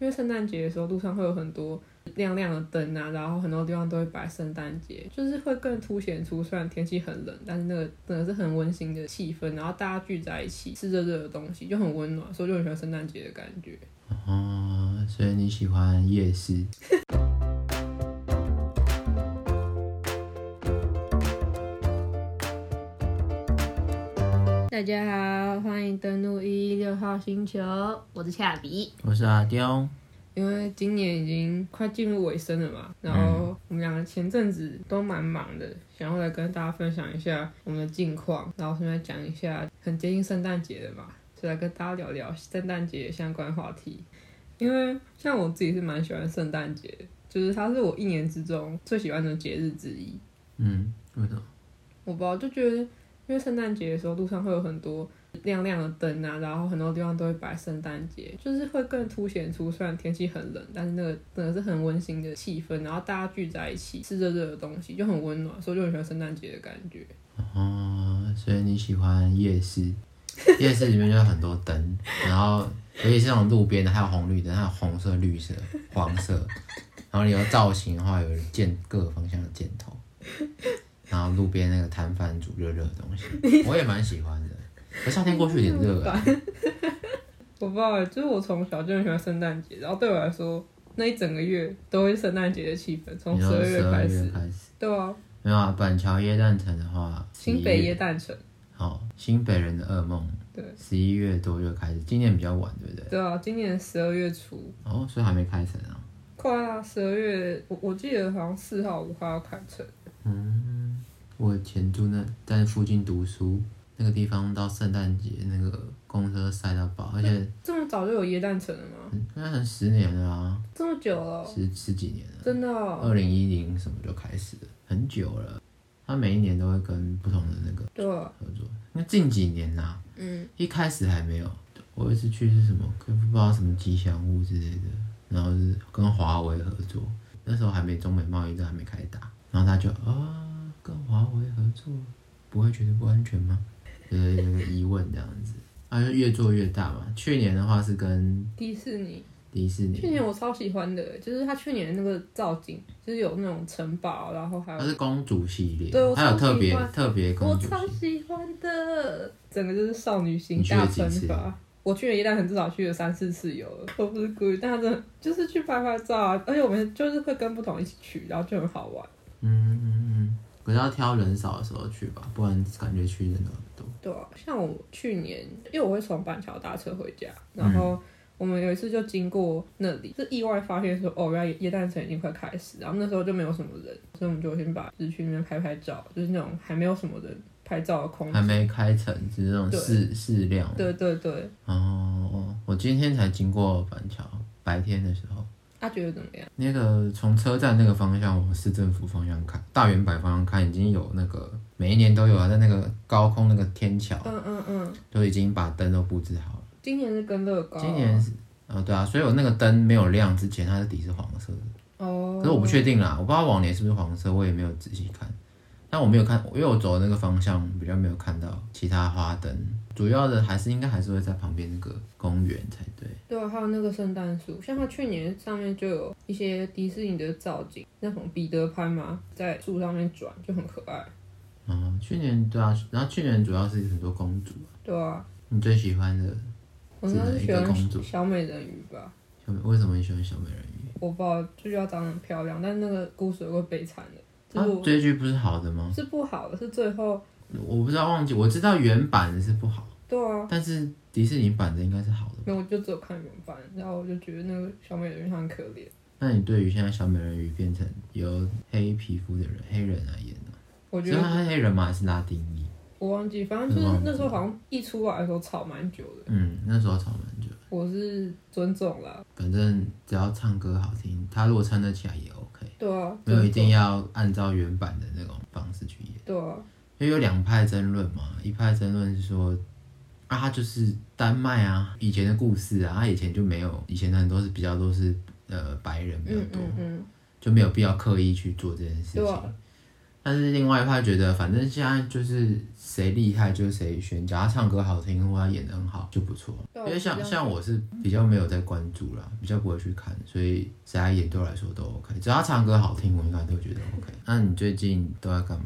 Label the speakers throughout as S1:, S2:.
S1: 因为圣诞节的时候路上会有很多亮亮的灯啊，然后很多地方都会摆圣诞节，就是会更凸显出虽然天气很冷，但是那个真的是很温馨的气氛，然后大家聚在一起吃热热的东西，就很温暖，所以我就很喜欢圣诞节的感觉。
S2: 哦，所以你喜欢夜市？
S1: 大家好，欢迎登录一一六号星球，我是恰比。
S2: 我是阿刁，
S1: 因为今年已经快进入尾声了嘛，然后我们两个前阵子都蛮忙的，想要来跟大家分享一下我们的近况，然后顺便讲一下很接近圣诞节了嘛，所以来跟大家聊聊圣诞节相关话题。因为像我自己是蛮喜欢圣诞节的，就是它是我一年之中最喜欢的节日之一。
S2: 嗯，为什么？
S1: 我不知道，就觉得因为圣诞节的时候路上会有很多亮亮的灯啊，然后很多地方都会摆圣诞节，就是会更凸显出虽然天气很冷，但是那个真的是很温馨的气氛，然后大家聚在一起吃热热的东西，就很温暖，所以我就很喜欢圣诞节的感觉。
S2: 哦，所以你喜欢夜 市？夜市里面就有很多灯，然后尤其是那种路边的，还有红绿灯，还有红色、绿色、黄色，然后你有造型的话，有箭各个方向的箭头，然后路边那个摊贩煮热热的东 西，我也蛮喜欢的。可夏天过去有点热啊，
S1: 我不知道欸，就是我从小就很喜欢圣诞节，然后对我来说那一整个月都会是圣诞节的气氛，从
S2: 你
S1: 十
S2: 说
S1: 二
S2: 十
S1: 月
S2: 二
S1: 开
S2: 月
S1: 始，
S2: 开始，
S1: 对啊，
S2: 没有啊？板桥耶诞城的话，
S1: 新北
S2: 11
S1: 耶诞城，
S2: 好，新北人的噩梦，
S1: 对，
S2: 十一月多就开始，今年比较晚，对不对？
S1: 对啊，今年十二月初，
S2: 哦，所以还没开成啊。
S1: 快啊！十二月，我我记得好像四号、五号要开城。
S2: 我以前住那在附近读书，那个地方到圣诞节那个公车塞到爆，而且
S1: 这么早就有耶诞城了吗？
S2: 嗯那很十年了啊，
S1: 这么久了，
S2: 十十几年了，
S1: 真的哦、
S2: 二零一零什么就开始了，很久了。他每一年都会跟不同的那个
S1: 对啊，
S2: 合作，那近几年呐、啊，
S1: 嗯，
S2: 一开始还没有。我有一次去是什么，跟不知道什么吉祥物之类的，然后是跟华为合作，那时候还没中美贸易战还没开打，然后他就啊跟华为合作，不会觉得不安全吗？就是有个疑问这样子，他就越做越大嘛。去年的话是跟
S1: 迪士尼。
S2: 迪士
S1: 去
S2: 尼，
S1: 年我超喜欢的，欸就是他去年那个造景，就是有那种城堡，然后还
S2: 它
S1: 有
S2: 是公主系列
S1: 对我，
S2: 它有
S1: 超
S2: 特
S1: 喜
S2: 别
S1: 欢
S2: 特别公
S1: 我
S2: 主
S1: 超
S2: 系
S1: 喜欢的，整个就是少女心
S2: 你去了
S1: 大
S2: 几
S1: 喷
S2: 次
S1: 发。我去了耶诞城至少去了三四次有了，我不是故意，但他真的就是去拍拍照啊，而且我们就是会跟不同人一起去，然后就很好玩。
S2: 嗯嗯嗯，可是要挑人少的时候去吧，不然感觉去人都很多。
S1: 对啊，像我去年，因为我会从板桥搭车回家，然后我们有一次就经过那里，就意外发现说，哦，原来耶诞城已经快开始，然后那时候就没有什么人，所以我们就先把就是去那边拍拍照，就是那种还没有什么人拍照的空
S2: 还
S1: 间。
S2: 没开成，只是那种
S1: 对
S2: 适适量。
S1: 对对对，
S2: 哦，我今天才经过板桥，白天的时候，
S1: 他、觉得怎么样？
S2: 那个从车站那个方向往市政府方向看，大圆柏方向看，已经有那个每一年都有啊，在那个高空那个天桥
S1: 嗯嗯嗯，
S2: 都已经把灯都布置好了。
S1: 今年是跟乐高啊，
S2: 今年是，呃，对啊，所以我那个灯没有亮之前，它的底是黄色的，
S1: 哦，
S2: 可是我不确定啦，我不知道往年是不是黄色，我也没有仔细看。但我没有看，因为我走的那个方向比较没有看到其他花灯，主要的还是应该还是会在旁边那个公园才对。
S1: 对啊，还有那个圣诞树，像他去年上面就有一些迪士尼的造景，那种彼得潘嘛，在树上面转就很可爱。
S2: 哦，去年对啊，然后去年主要是很多公主。
S1: 对啊，
S2: 你最喜欢的
S1: 我那是喜
S2: 只能一个公
S1: 欢
S2: 主
S1: 小美人鱼吧，
S2: 小美，为什么你喜欢小美人鱼？
S1: 我不知道，就是要长得很漂亮，但那个故事有个悲惨的，就
S2: 她
S1: 是我、
S2: 啊追剧不是好的吗？
S1: 是不好的，是最后
S2: 我不知道，忘记我知道原版是不好，
S1: 对啊，
S2: 但是迪士尼版的应该是好的。
S1: 没有，我就只有看原版，然后我就觉得那个小美人鱼她很可怜，
S2: 那你对于现在小美人鱼变成由黑皮肤的人黑人来演的，
S1: 我觉
S2: 所以
S1: 得
S2: 他是黑人吗？还是拉丁裔？
S1: 我忘记，反正就是那时候好像一出来的时候吵蛮久的，
S2: 嗯，那时候吵蛮久，
S1: 我是尊重啦，
S2: 反正只要唱歌好听，他如果撑得起来也 OK，
S1: 对啊，
S2: 没有一
S1: 尊重
S2: 定要按照原版的那种方式去演。
S1: 对啊，
S2: 因为有两派争论嘛，一派争论是说，啊，他就是丹麦啊，以前的故事啊，他以前就没有，以前的很多是比较都是呃白人比较
S1: 嗯
S2: 多，
S1: 嗯嗯，
S2: 就没有必要刻意去做这件事
S1: 对
S2: 情。
S1: 啊
S2: 但是另外一派觉得，反正现在就是谁厉害就是谁选，只要他唱歌好听或他演的很好就不错。
S1: 对
S2: 因
S1: 啊
S2: 为
S1: 我
S2: 像
S1: 是这样
S2: 像我是比较没有在关注啦，比较不会去看，所以谁来演对我来说都 OK，只要他唱歌好听，我应该都觉得 OK。那你最近都在干嘛？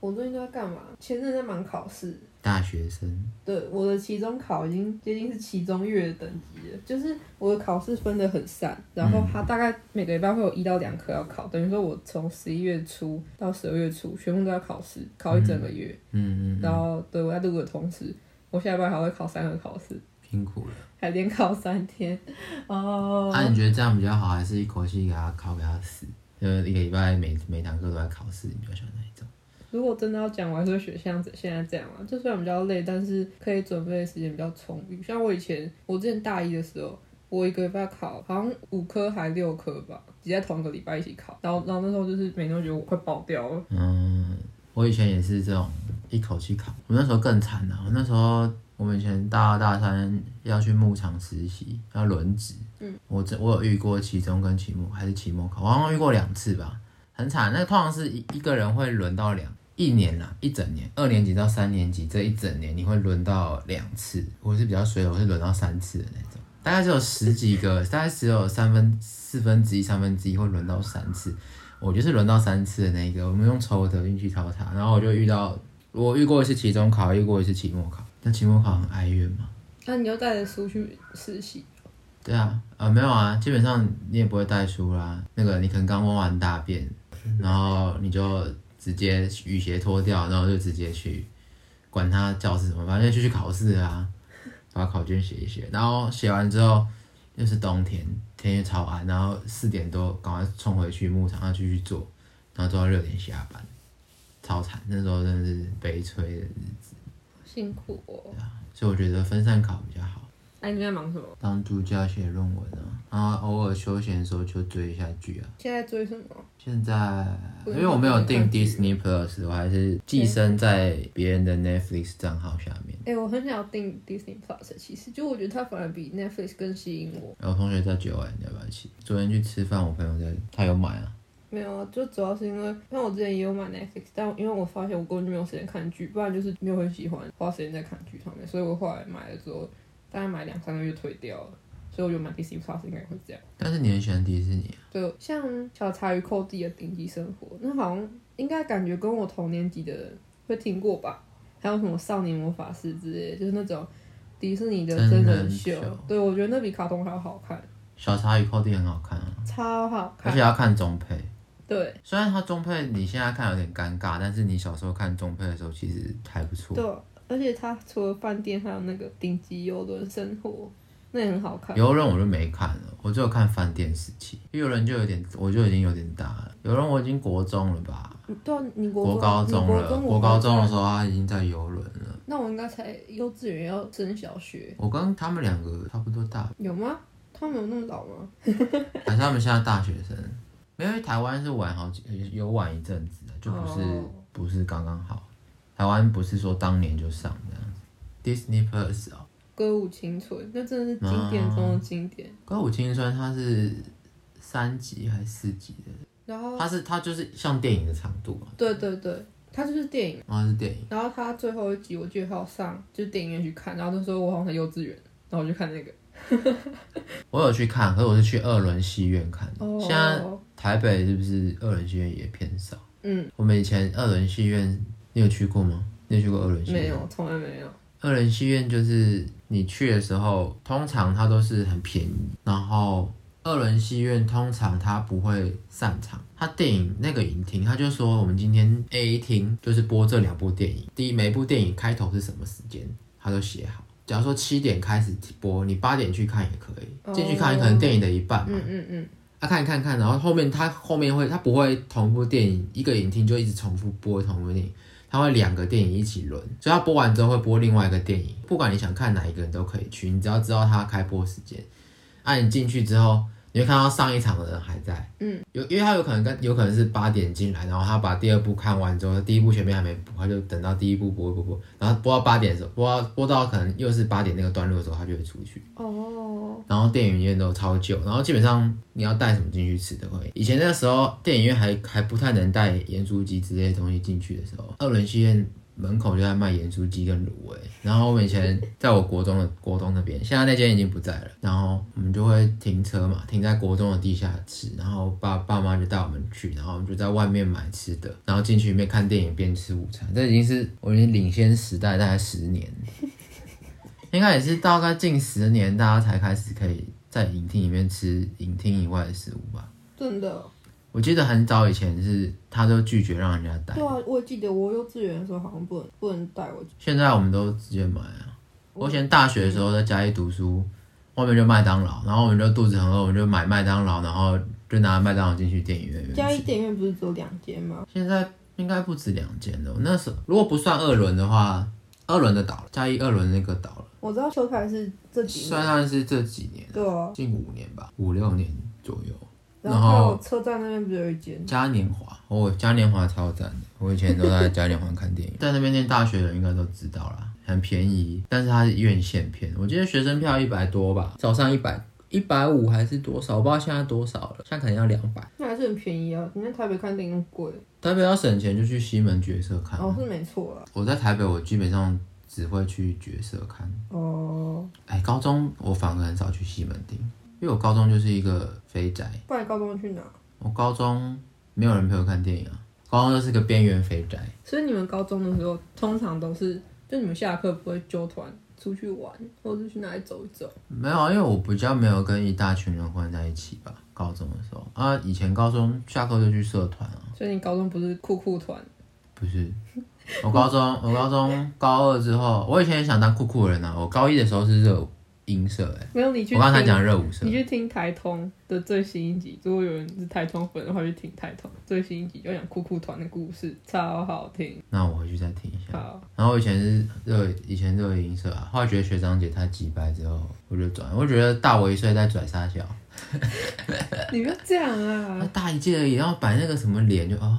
S1: 我最近都在干嘛？前阵子在忙考试，
S2: 大学生
S1: 对，我的期中考已经接近是期中月的等级了，就是我的考试分得很散，然后它大概每个礼拜会有一到两科要考，等于说我从十一月初到十二月初，全部都要考试，考一整个月。
S2: 嗯嗯
S1: 然后对我在录的同时，我下礼拜还会考三个考试，
S2: 辛苦了。
S1: 还连考三天。哦，
S2: 那、你觉得这样比较好，还是一口气给他考给他死？就是一个礼拜每每堂课都在考试，你比较喜欢哪一种？
S1: 如果真的要讲，我还是会选像现在这样啊。就虽然比较累，但是可以准备的时间比较充裕。像我以前，我之前大一的时候，我一个礼拜考好像五科还六科吧，挤在同一个礼拜一起考。然后，然后那时候就是每天都觉得我快爆掉了。
S2: 嗯，我以前也是这种一口气考，我那时候更惨啊！我那时候我们以前大二大三要去牧场实习，要轮值。嗯，我这我有遇过期中跟期末，还是期末考，我好像遇过两次吧，很惨。那通常是一一个人会轮到两。一年啦，一整年，二年级到三年级这一整年，你会轮到两次。我是比较衰的，我是轮到三次的那种，大概只有十几个，大概只有三分四分之一、三分之一会轮到三次。我就是轮到三次的那一个，我们用抽的运气淘汰，然后我就遇到，我遇过一次期中考，遇过一次期末考。那期末考很哀怨嘛？
S1: 那、啊你就带着书去实习，
S2: 对啊，啊、没有啊，基本上你也不会带书啦。那个你可能刚挖完大便，然后你就直接雨鞋脱掉，然后就直接去，管他教室怎么，反正就去考试啊， 把考卷写一写，然后写完之后又是冬天，天气超暗，然后四点多赶快冲回去牧场上继续做，然后做到六点下班，超惨，那时候真的是悲催的日子，
S1: 辛苦哦。
S2: 所以我觉得分散考比较好。
S1: 那、你你在忙什么？
S2: 当助教写论文啊，然后偶尔休闲的时候就追一下剧啊。
S1: 现在追什么？
S2: 现在
S1: 不
S2: 因
S1: 是
S2: 为我没有订
S1: 看剧
S2: Disney Plus，我还是寄生在别人的 Netflix 账号下面。
S1: 哎、我很想要订 Disney Plus，其实就我觉得它反而比 Netflix 更吸引我。
S2: 然后同学在九哎，你要不要一起？昨天去吃饭，我朋友在，他有买啊。
S1: 没有啊，就主要是因为，像我之前也有买 Netflix，但因为我发现我根本就没有时间看剧，不然就是没有很喜欢花时间在看剧上面，所以我后来买了之后，大概买两三个月就退掉了，所以我就买 Disney Plus 应该会这样。
S2: 但是你很喜欢迪士尼啊？
S1: 对，像《小茶与寇弟的顶级生活》，那好像应该感觉跟我同年级的人会听过吧？还有什么《少年魔法师》之类的，就是那种迪士尼的真
S2: 真
S1: 人
S2: 人
S1: 秀
S2: 秀。
S1: 对，我觉得那比卡通还要好看，
S2: 小茶与寇弟很好看啊，
S1: 超好
S2: 而
S1: 看
S2: 且。要看中配。
S1: 对，
S2: 虽然它中配你现在看有点尴尬，但是你小时候看中配的时候其实还不错。
S1: 对，而且它除了饭店，还有那个顶级游轮生活，那也很好看。
S2: 游轮我就没看了，我只有看饭店时期。因为游轮就有点，我就已经有点大了。游轮我已经国中了吧？
S1: 嗯对啊，你国
S2: 国高中
S1: 你国
S2: 了，
S1: 中
S2: 国高中的时
S1: 候，
S2: 候他已经在游轮了。
S1: 那我应该才幼稚园要升小学，
S2: 我跟他们两个差不多大，
S1: 有吗？他们有那么老吗？
S2: 还是他们现在大学生？没有，因为台湾是晚好几，有晚一阵子的，就不是、
S1: 哦
S2: 不是刚刚好。台湾不是说当年就上这样子。Disney Plus 哦，
S1: 歌舞青春，那真的是经典中的经典。
S2: 《歌舞青春》它是三集还是四集的？
S1: 然后，
S2: 它是它就是像电影的长度嘛，
S1: 对对对，它就是电影。
S2: 然后是电影。
S1: 然后它最后一集我记得还有上，就是电影院去看。然后那时候我好像才幼稚园，然后我就看那个。
S2: 我有去看，可是我是去二轮戏院看的。
S1: 哦，
S2: 现在台北是不是二轮戏院也偏少？
S1: 嗯，
S2: 我们以前二轮戏院，你有去过吗？你有去过二轮戏院？
S1: 没。有，从来没有。
S2: 二轮戏院就是你去的时候，通常它都是很便宜，然后二轮戏院通常它不会散场，它电影那个影厅，它就说我们今天 A 厅就是播这两部电影，第一每部电影开头是什么时间，它都写好。假如说七点开始播，你八点去看也可以，进去看可能电影的一半嘛。
S1: 嗯嗯嗯，
S2: 啊，看一看看，然后后面它后面会，它不会同步电影，一个影厅就一直重复播同部电影，它会两个电影一起轮，所以它播完之后会播另外一个电影，不管你想看哪一个，你都可以去，你只要知道它开播时间。啊，你进去之后，你会看到上一场的人还在，
S1: 嗯，
S2: 有因为他有可能跟有可能是八点进来，然后他把第二部看完之后，第一部前面还没播，他就等到第一部播播播，然后播到八点的时候，播到播到可能又是八点那个段落的时候，他就会出去。
S1: 哦，
S2: 然后电影院都超旧，然后基本上你要带什么进去吃都会。以前那时候电影院还还不太能带盐酥鸡之类的东西进去的时候，二轮戏院门口就在卖盐酥鸡跟卤味。然后我们以前在我国中的国中那边，现在那间已经不在了。然后我们就会停车嘛，停在国中的地下室，然后爸爸妈就带我们去，然后我们就在外面买吃的，然后进去里面看电影边吃午餐。这已经是我已经领先时代大概十年了。应该也是大概近十年，大家才开始可以在影厅里面吃影厅以外的食物吧。
S1: 真的，
S2: 我记得很早以前是他都拒绝让人家带
S1: 对，啊，我也记得我幼稚园的时候好像不能不能带我去，
S2: 现在我们都直接买啊。我以前大学的时候在家里读书，外面就麦当劳，然后我们就肚子很饿，我们就买麦当劳，然后就拿麦当劳进去电影院里面
S1: 嘉义
S2: 吃。
S1: 电影院不是只有两间吗？
S2: 现在应该不止两间了。我那时候如果不算二轮的话，二轮的倒了，嘉义二轮那个倒了，
S1: 我知道修凯是这几
S2: 算
S1: 年，
S2: 上是啊这几年，
S1: 对啊，
S2: 近五年吧，五六年左右。
S1: 然后
S2: 然
S1: 还
S2: 后
S1: 有车站那边不是有一间？
S2: 嘉年华，我、嘉年华超赞的，我以前都在嘉年华看电影，在那边念大学的人应该都知道啦，很便宜，但是它是院线片，我记得学生票一百多吧，早上一百一百五还是多少，我不知道现在多少了，现在可能要两百。
S1: 那还是很便宜啊！你在台北看电影那么贵，
S2: 台北要省钱就去西门角色看，啊
S1: 哦是没错啦。
S2: 我在台北我基本上只会去角色看，
S1: 哦，
S2: 哎，高中我反而很少去西门町，因为我高中就是一个肥宅，
S1: 不然高中去哪？
S2: 我高中没有人陪我看电影啊，高中就是个边缘肥宅。
S1: 所以你们高中的时候通常都是，就你们下课不会揪团出去玩，或者是去哪里走一走？
S2: 没有，啊因为我比较没有跟一大群人混在一起吧。高中的时候啊，以前高中下课就去社团啊，
S1: 所以你高中不是酷酷团？
S2: 不是。我高中，我高中高二之后，我以前也想当酷酷的人啊。我高一的时候是热舞音社、欸，
S1: 没有，你去
S2: 我刚才
S1: 听
S2: 讲热舞社
S1: 你，去听台通的最新一集，如果有人是台通粉的话，去听台通最新一集，就讲酷酷团的故事，超好听。
S2: 那我回去再听一下。
S1: 好，
S2: 然后我以前是热，以前热音社啊，后来觉得学长姐太鸡掰之后，我就转。我觉得大我一岁在拽沙小，
S1: 你不要这样
S2: 那
S1: 啊！
S2: 大一届而已，然后摆那个什么脸就哦，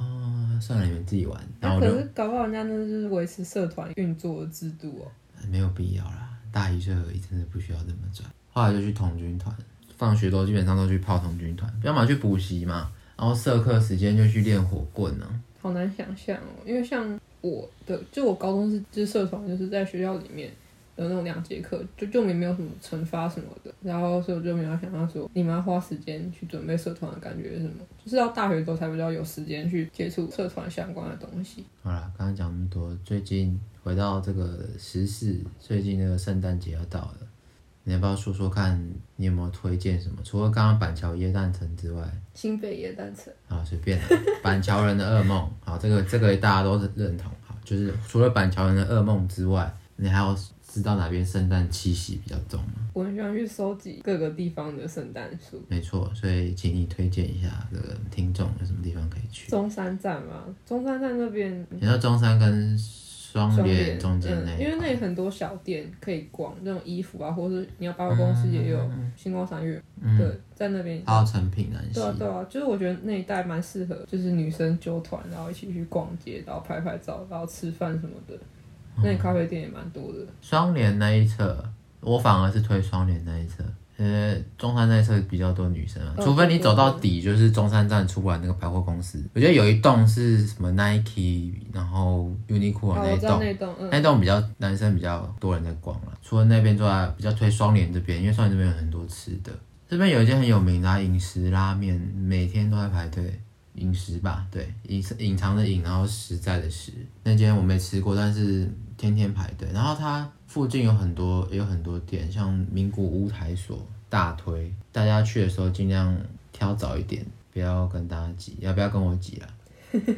S2: 算了，你们自己玩。然后
S1: 那
S2: 我就
S1: 可是搞不好人家那就是维持社团运作的制度哦。
S2: 没有必要啦，大一岁而已，真的不需要这么拽。后来就去童军团，放学都基本上都去泡童军团，要么去补习嘛，然后社课时间就去练火棍呢、
S1: 好难想象哦，因为像我的，就我高中是就是社团，就是在学校里面有那种两节课，就就没没有什么惩罚什么的，然后所以我就没有想到说你们要花时间去准备社团的感觉是什么，就是到大学之后才比较有时间去接触社团相关的东西。
S2: 好啦，刚刚讲那么多，最近回到这个时事，最近那个圣诞节要到了，你要不要说说看，你有没有推荐什么？除了刚刚板桥椰蛋城之外，
S1: 新北耶诞城，
S2: 啊，随便啦，板桥人的噩梦，好，这个这个大家都是认同，好，就是除了板桥人的噩梦之外，你还要知道哪边圣诞气息比较重吗？
S1: 我很喜欢去收集各个地方的圣诞树，
S2: 没错，所以请你推荐一下这个听众有什么地方可以去。
S1: 中山站嘛，中山站那边
S2: 你说中山跟双
S1: 双
S2: 连
S1: 联
S2: 中间那
S1: 嗯，
S2: 一
S1: 因为那
S2: 块
S1: 里很多小店可以逛，那种衣服啊，或者是你要百货公
S2: 嗯
S1: 司也有星光三月，对，在那边。
S2: 还有成品南西
S1: 对，啊，对啊，就是我觉得那一带蛮适合，就是女生揪团，然后一起去逛街，然后拍拍照，然后吃饭什么的。
S2: 嗯
S1: 那里咖啡店也蛮多的，
S2: 双连那一侧，我反而是推双连那一侧。呃，中山那一侧比较多女生啊，
S1: 嗯
S2: 除非你走到底，就是中山站出来那个百货公司。我觉得有一栋是什么 Nike，然后 Uniqlo
S1: 哦，
S2: 啊那
S1: 我
S2: 一
S1: 知道
S2: 栋，
S1: 那栋，嗯，
S2: 那栋比较男生比较多人在逛了，除了那边之外，比较推双连这边，因为双连这边有很多吃的。这边有一间很有名的啊饮、食拉面，每天都在排队。饮食吧，对，隐隐藏的隐，然后实在的实。那间我没吃过，但是天天排队。然后它附近有很多也有很多店，像名古屋台所大推，大家去的时候尽量挑早一点，不要跟大家挤，要不要跟我挤啊？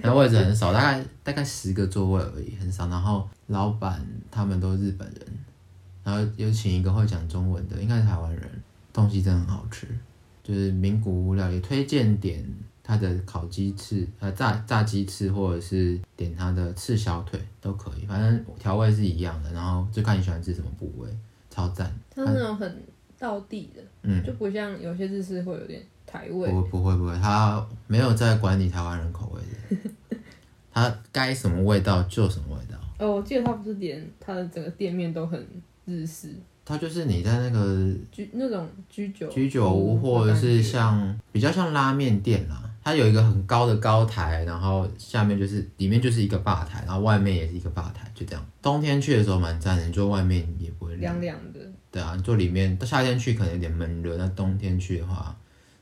S2: 然后位置很少，大概大概十个座位而已，很少。然后老板他们都日本人，然后有请一个会讲中文的，应该是台湾人，东西真的很好吃。就是名古屋料理推荐点它的烤鸡翅，呃炸炸鸡翅，或者是点它的赤小腿都可以，反正调味是一样的，然后就看你喜欢吃什么部位，超赞。
S1: 它是那种很到地的，
S2: 啊嗯，
S1: 就不像有些日式会有点台味。
S2: 不不会不会，他没有在管理台湾人口味的， 他该什么味道就什么味道。
S1: 哦，我记得它不是连它的整个店面都很日式，
S2: 他就是你在那个
S1: 居那种居酒
S2: 居酒屋，或者是像比较像拉面店啦，它有一个很高的高台，然后下面就是里面就是一个吧台，然后外面也是一个吧台，就这样。冬天去的时候蛮赞的，你坐外面也不会冷。
S1: 凉凉的，
S2: 对啊，你坐里面，夏天去可能有点闷热，那冬天去的话，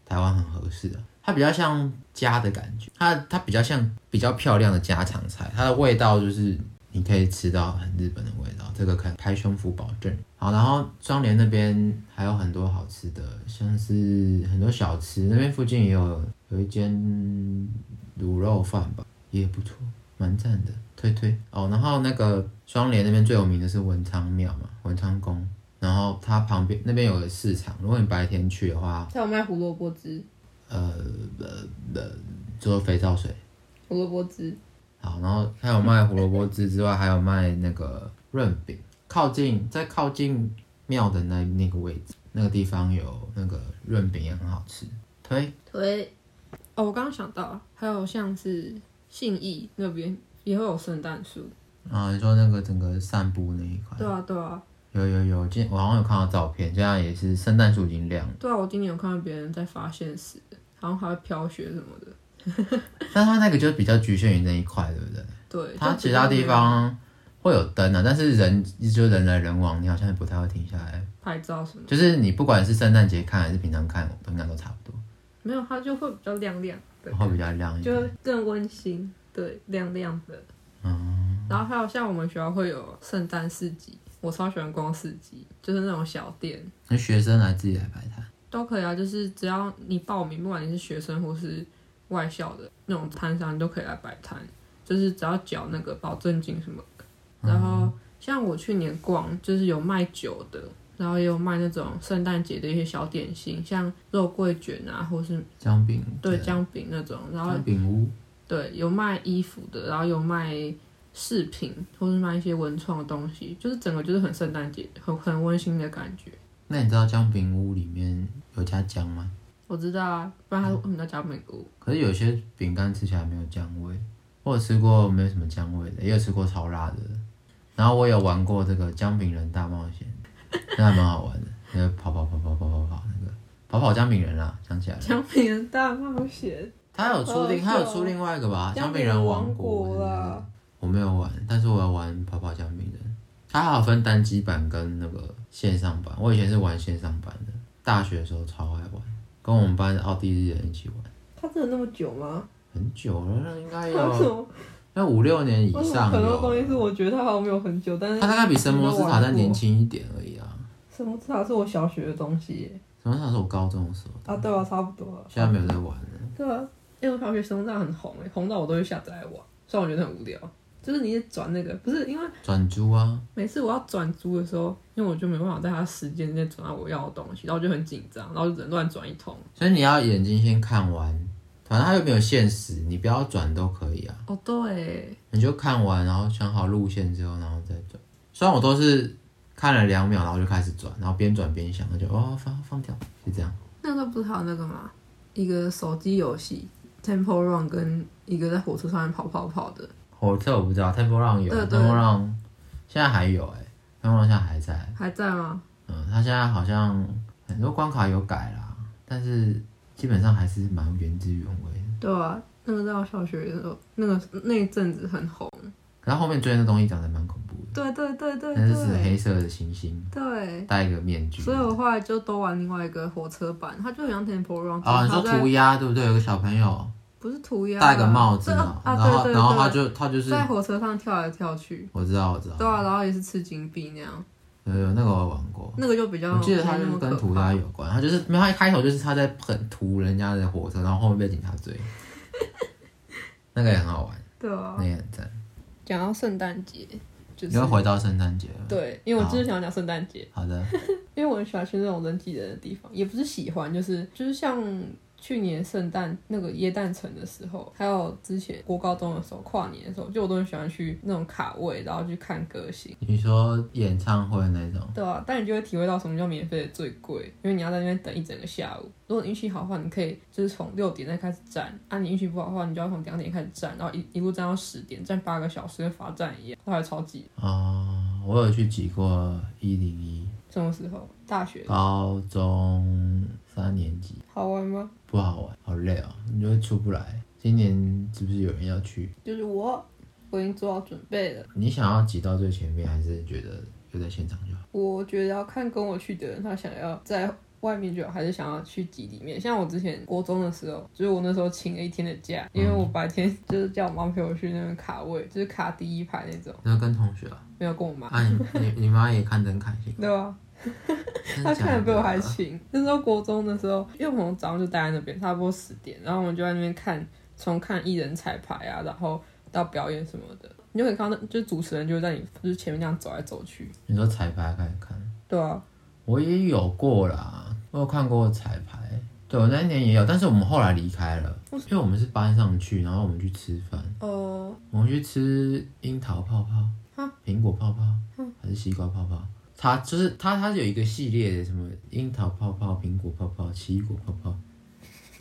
S2: 台湾很合适啊。它比较像家的感觉，它它比较像比较漂亮的家常菜，它的味道就是你可以吃到很日本的味道，这个可以拍胸脯保证。好，然后双连那边还有很多好吃的，像是很多小吃，那边附近也有有一间卤肉饭吧，也不错，蛮赞的，推推哦。然后那个双连那边最有名的是文昌庙嘛，文昌宫。然后它旁边那边有个市场，如果你白天去的话，
S1: 它有卖胡萝卜汁，
S2: 呃呃呃，做肥皂水，
S1: 胡萝卜汁
S2: 好，然后还有卖胡萝卜汁之外，还有卖那个润饼。靠近在靠近庙的那那个位置，那个地方有那个润饼也很好吃，推
S1: 对，哦，我刚刚想到，还有像是信义那边也会有圣诞树，
S2: 啊！你说那个整个散步那一块，
S1: 对啊对啊
S2: 有有有，今我好像有看到照片，现在也是圣诞树已经亮了，
S1: 对啊，我今年有看到别人在发现时，好像还会飘雪什么的，
S2: 但它那个就比较局限于那一块，对不对？
S1: 对，
S2: 它
S1: 就比
S2: 其
S1: 较
S2: 他
S1: 没
S2: 地
S1: 有
S2: 方会有灯啊，但是人就人来人往，你好像不太会停下来。
S1: 拍照什么，
S2: 就是你不管是圣诞节看还是平常看，应该都差不多，
S1: 没有它就会比较亮亮的，
S2: 会比较亮一
S1: 就
S2: 点。
S1: 会更温馨，对，亮亮的。嗯，然后还有像我们学校会有圣诞市集，我超喜欢逛市集，就是那种小店
S2: 那学生来自己来摆摊，
S1: 都可以啊，就是只要你报名，不管你是学生或是外校的那种摊商，你都可以来摆摊，就是只要缴那个保证金什么的。然后像我去年逛，就是有卖酒的。然后也有卖那种圣诞节的一些小点心，像肉桂卷啊，或是
S2: 姜饼啊
S1: 对啊姜饼那种。然后
S2: 姜饼屋，
S1: 对，有卖衣服的，然后有卖饰品，或是卖一些文创的东西，就是整个就是很圣诞节，很很温馨的感觉。
S2: 那你知道姜饼屋里面有加姜吗？
S1: 我知道啊，不然他我们叫美国，
S2: 可是有些饼干吃起来没有姜味，我有吃过没有什么姜味的，也有吃过超辣的。然后我有玩过这个姜饼人大冒险，那还蛮好玩的，那个跑跑跑跑跑跑跑那个跑跑姜饼人啦，想起来了。
S1: 姜饼人大冒险，
S2: 他有出另，
S1: 好好
S2: 他
S1: 笑
S2: 有出另外一个吧，《
S1: 姜
S2: 姜
S1: 饼
S2: 饼
S1: 人
S2: 人
S1: 王
S2: 王国》
S1: 国
S2: 是不是
S1: 啦
S2: 我没有玩，但是我要玩跑跑姜饼人。它还有分单机版跟那个线上版，我以前是玩线上版的，大学的时候超爱玩，跟我们班奥地利人一起玩，
S1: 他真的那么久吗？
S2: 很久了，那应该
S1: 为什
S2: 有
S1: 么？
S2: 那五六年以
S1: 为什么
S2: 上
S1: 很多东西
S2: 有。
S1: 是我觉得他好像没有很久，但是
S2: 它大概比神魔之塔再
S1: 你有玩过
S2: 年轻一点而已啊，
S1: 什么至少是我小学的东西耶
S2: 神魔之塔是我高中的时候，
S1: 啊，对啊，差不多啊。
S2: 现在没有在玩了。
S1: 对啊，因为我小学生蛋很红诶，红到我都会下载来玩，虽然我觉得很无聊，就是你一直转那个，不是因为。
S2: 转租啊，
S1: 每次我要转租的时候，因为我就没办法在它时间内转到我要的东西，然后就很紧张，然后就只能乱转一通。
S2: 所以你要眼睛先看完，反正它又没有限时，你不要转都可以啊。
S1: 哦，对，
S2: 你就看完，然后想好路线之后，然后再转。虽然我都是看了两秒，然后就开始转，然后边转边想，就哦放放掉，就这样。
S1: 那时候不是还有那个吗？一个手机游戏 Temple Run 跟一个在火车上面跑跑跑的，
S2: 火车我不知道，Temple Run 有
S1: 对对
S2: ，Temple Run 现在还有哎、欸、，Temple Run 现在还在，
S1: 还在吗？
S2: 嗯，它现在好像很多关卡有改啦，但是基本上还是蛮原汁原味的。
S1: 对啊，那个在我小学的时候，那个那一阵子很红。
S2: 可它后面追那东西长得蛮恐怖
S1: 对对对对
S2: 的，那是
S1: 对
S2: 黑色的行星，
S1: 对，
S2: 戴一个面具。
S1: 所以我后来就都玩另外一个火车版，它就很像 Temple Run，
S2: 啊、你
S1: 只
S2: 说
S1: 是它在
S2: 涂鸦对不对？有个小朋友
S1: 不是涂鸦啊，
S2: 戴个帽子
S1: 对
S2: 嘛
S1: 啊，
S2: 然
S1: 对
S2: 后
S1: 对
S2: 然后
S1: 对
S2: 他就他就是
S1: 在火车上跳来跳去，
S2: 我知道，我知道，
S1: 对啊，然后也是吃金币那样，
S2: 有有那个我玩过，
S1: 那个就比较
S2: 我记得他就
S1: 没那
S2: 是
S1: 么
S2: 跟
S1: 可
S2: 涂
S1: 怕
S2: 鸦。有关，他就是没有他一开头就是他在很涂人家的火车，然后后面被警察追， 那个也很好玩，
S1: 对啊
S2: 那，个也很赞。
S1: 讲到圣诞节，就
S2: 你
S1: 是
S2: 会回到圣诞节了，
S1: 对，因为我就是想讲圣诞节，
S2: 好的，
S1: 因为我很喜欢去那种人挤人的地方，也不是喜欢，就是就是像。去年圣诞那个耶诞城的时候，还有之前国高中的时候跨年的时候，就我都很喜欢去那种卡位，然后去看歌星。
S2: 你说演唱会那种，
S1: 对啊，但你就会体会到什么叫免费的最贵，因为你要在那边等一整个下午。如果你运气好的话，你可以就是从六点再开始站；啊，你运气不好的话，你就要从两点开始站，然后一一路站到十点，站八个小时，跟罚站一样，那还超级。
S2: 哦，我有去挤过一零一，
S1: 什么时候？大学
S2: 高中三年级，
S1: 好玩吗？
S2: 不好玩，好累哦，你就会出不来。今年是不是有人要去？
S1: 就是我，我已经做好准备了。
S2: 你想要挤到最前面，还是觉得就在现场就好？
S1: 我觉得要看跟我去的人，他想要在外面就好，还是想要去挤里面。像我之前国中的时候，就是我那时候请了一天的假，因为我白天就是叫我妈陪我去那边卡位，就是卡第一排那种，
S2: 那跟同学啊，
S1: 没有跟我妈，
S2: 啊你你你妈也看得很开 心，
S1: 对吧？他
S2: 真的假的
S1: 看的比我还勤。那时候国中的时候，因为我们早上就待在那边，差不多十点，然后我们就在那边看，从看艺人彩排啊，然后到表演什么的，你就可以看到那，就是主持人就在你就是前面这样走来走去，
S2: 你说彩排开始看，
S1: 对啊，
S2: 我也有过啦，我有看过彩排。对，我那一年也有，但是我们后来离开了，因为我们是搬上去，然后我们去吃饭，
S1: 呃，
S2: 我们去吃樱桃泡泡
S1: 啊、
S2: 苹果泡
S1: 嗯
S2: 泡，还是西瓜泡泡？它就是它，它有一个系列的，什么樱桃泡泡、苹果泡泡、奇异果泡泡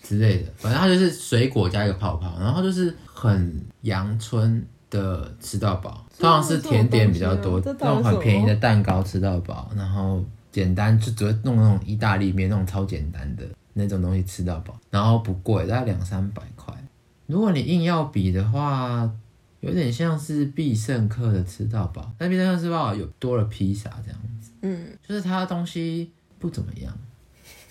S2: 之类的，反正它就是水果加一个泡泡，然后就是很阳春的吃到饱，
S1: 这
S2: 通常
S1: 到底
S2: 是
S1: 是
S2: 甜点比较多，
S1: 什么东西啊这
S2: 那
S1: 到底
S2: 种
S1: 是
S2: 很便宜的蛋糕吃到饱，然后简单就只会弄那种意大利面那种超简单的那种东西吃到饱，然后不贵，大概两三百块。如果你硬要比的话，有点像是必胜客的吃到饱，但必胜客吃到饱有多了披萨这样子，
S1: 嗯，
S2: 就是它的东西不怎么样，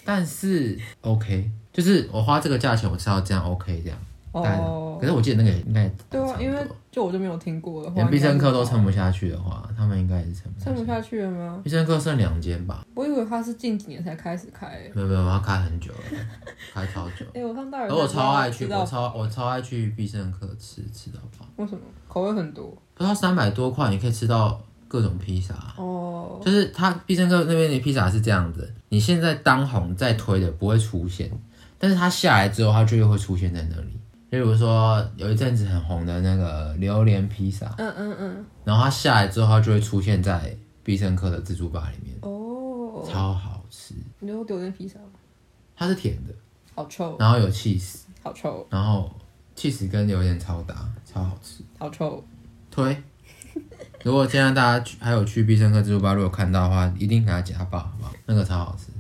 S2: 但是 OK，就是我花这个价钱我吃到这样 OK 这样，但
S1: 哦
S2: 可。是我记得那个应该也
S1: 对
S2: 差
S1: 啊，
S2: 不
S1: 因为
S2: 多
S1: 就我就没有听过的话，
S2: 连必胜客都
S1: 撑
S2: 撑不下去的话，他们应该也是撑不下
S1: 撑不
S2: 去。
S1: 下去了吗？
S2: 必胜客剩两间吧，
S1: 我以为他是近几年才开始开、欸。
S2: 没有没有，它开很久了，开超 久。
S1: 哎、我上大学才
S2: 而哦
S1: 知道
S2: 我超爱去，
S1: 知
S2: 我
S1: 道
S2: 超我超爱去必胜客吃吃到饱，
S1: 为什么口味很多
S2: 不知道三百多块你可以吃到各种披萨。
S1: 哦，
S2: 就是它必胜客那边的披萨是这样子，你现在当红在推的不会出现，但是它下来之后，它就又会出现在那里。例如说，有一阵子很红的那个榴莲披萨，
S1: 嗯嗯嗯，
S2: 然后它下来之后，它就会出现在必胜客的自助吧里面，
S1: 哦，
S2: 超好吃。
S1: 你说榴莲披萨吗？
S2: 它是甜的，
S1: 好臭，
S2: 然后有 cheese，
S1: 好臭，
S2: 然后 cheese 跟榴莲超搭，超好吃。
S1: 好臭！
S2: 推。 如果现在大家去还有去必胜客自助吧，如果看到的话，一定给他加爆，好不好？那个超好吃。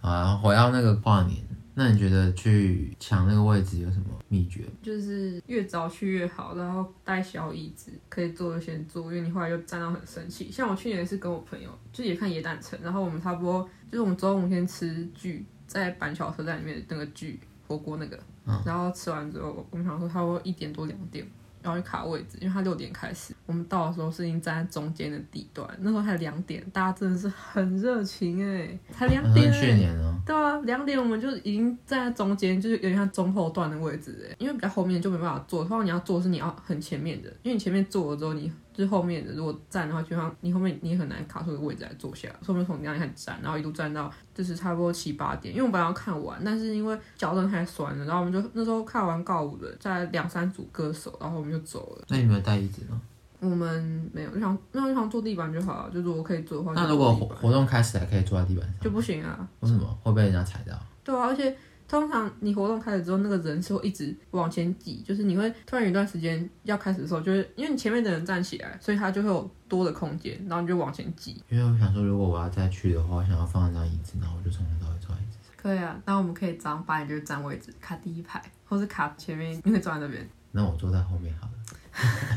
S2: 好啊，然后回到那个跨年，那你觉得去抢那个位置有什么秘诀？
S1: 就是越早去越好，然后带小椅子，可以坐就先坐，因为你后来就站到很生气。像我去年是跟我朋友，就也看野胆城，然后我们差不多就是我们中午先吃聚，在板桥车站里面的那个聚火锅那个，然后吃完之后，我们想说差不多一点多两点。然后去卡位置，因为它六点开始，我们到的时候是已经站在中间的地段，那时候才两点，大家真的是很热情哎、才两
S2: 好
S1: 点、欸，
S2: 像去年哦，
S1: 对啊，两点我们就已经站在中间，就是有点像中后段的位置哎，因为比较后面就没办法坐，通常你要坐是你要很前面的，因为你前面坐了之后，你就是后面的如果站的话，就像你后面你也很难卡出个位置来坐下，所以我们从两点开始站，然后一路站到就是差不多七八点，因为我们本来要看完，但是因为脚真的太酸了，然后我们就那时候看完告五人，在两三组歌手，然后我们就走了。
S2: 那你们有带椅子吗？
S1: 我们没有，就想那我就想坐地板就好了，就如果可以坐的话就坐地板，
S2: 那如果活活动开始还可以坐在地板上，
S1: 就不行啊。
S2: 为什么会被人家踩到？
S1: 对啊，而且通常你活动开始之后，那个人是会一直往前挤，就是你会突然有一段时间要开始的时候，就是因为你前面的人站起来，所以他就会有多的空间，然后你就往前挤。
S2: 因为我想说，如果我要再去的话，我想要放一张椅子，然后我就从头到尾坐在椅子上，
S1: 可以啊，那我们可以早上八点就站位置，卡第一排，或是卡前面，你会坐在那边。
S2: 那我坐在后面好了。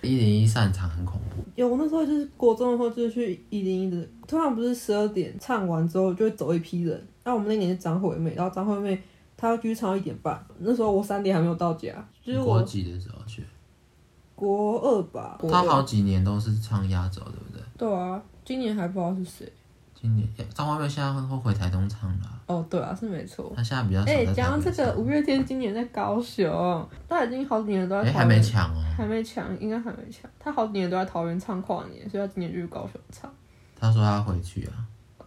S2: 一零一散场很恐怖，
S1: 有，我那时候就是国中的时候，就是去一零一的，通常不是十二点唱完之后就会走一批人。那我们那年是张惠妹，然后张惠妹她要继续唱到一点半，那时候我三点还没有到家，就是
S2: 国
S1: 我
S2: 几的时候去，
S1: 国二吧。国
S2: 他
S1: 二
S2: 好几年都是唱压轴，对不对？
S1: 对啊，今年还不知道是谁。
S2: 今年诶张惠妹现在会回台东唱了、
S1: 哦，对啊，是没错。
S2: 她现在比较少
S1: 哎、
S2: 在台
S1: 讲到
S2: 北
S1: 这
S2: 唱
S1: 个，五月天今年在高雄，他已经好几年都
S2: 哎、
S1: 在
S2: 还
S1: 桃
S2: 没
S1: 园，
S2: 抢哦。
S1: 还没抢，应该还没抢。他好几年都在桃园唱跨年，所以他今年就去高雄唱。
S2: 她说她回去啊，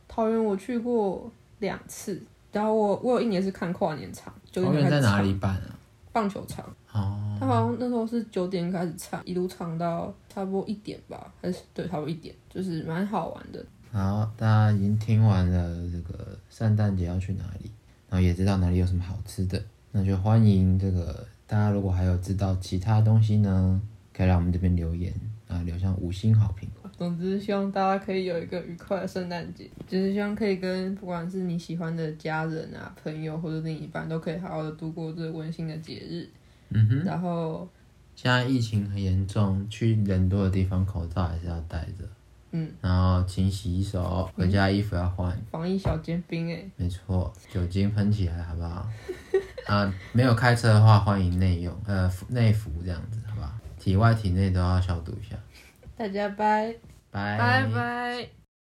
S1: 桃园我去过两次，然后我我有一年是看跨年场，九
S2: 桃
S1: 点
S2: 园
S1: 开
S2: 在
S1: 始
S2: 哪
S1: 唱
S2: 里办啊？
S1: 棒球场，
S2: 哦，
S1: 他好像那时候是九点开始唱，一路唱到差不多一点吧，还是对，差不多一点，就是蛮好玩的。
S2: 然后大家已经听完了这个圣诞节要去哪里，然后也知道哪里有什么好吃的，那就欢迎这个大家如果还有知道其他东西呢，可以来我们这边留言啊，留下五星好评。
S1: 总之，希望大家可以有一个愉快的圣诞节，就是希望可以跟不管是你喜欢的家人啊、朋友或者另一半，都可以好好的度过这个温馨的节日。
S2: 嗯哼，
S1: 然后，
S2: 现在疫情很严重，去人多的地方口罩还是要戴着，
S1: 嗯，
S2: 然后勤洗手，回家衣服要换，
S1: 防疫小尖兵哎、
S2: 没错，酒精喷起来好不 好？啊，没有开车的话，欢迎内用，呃，服内服这样子，好不好？体外体内都要消毒一下。
S1: 大家拜
S2: 拜
S1: 拜拜。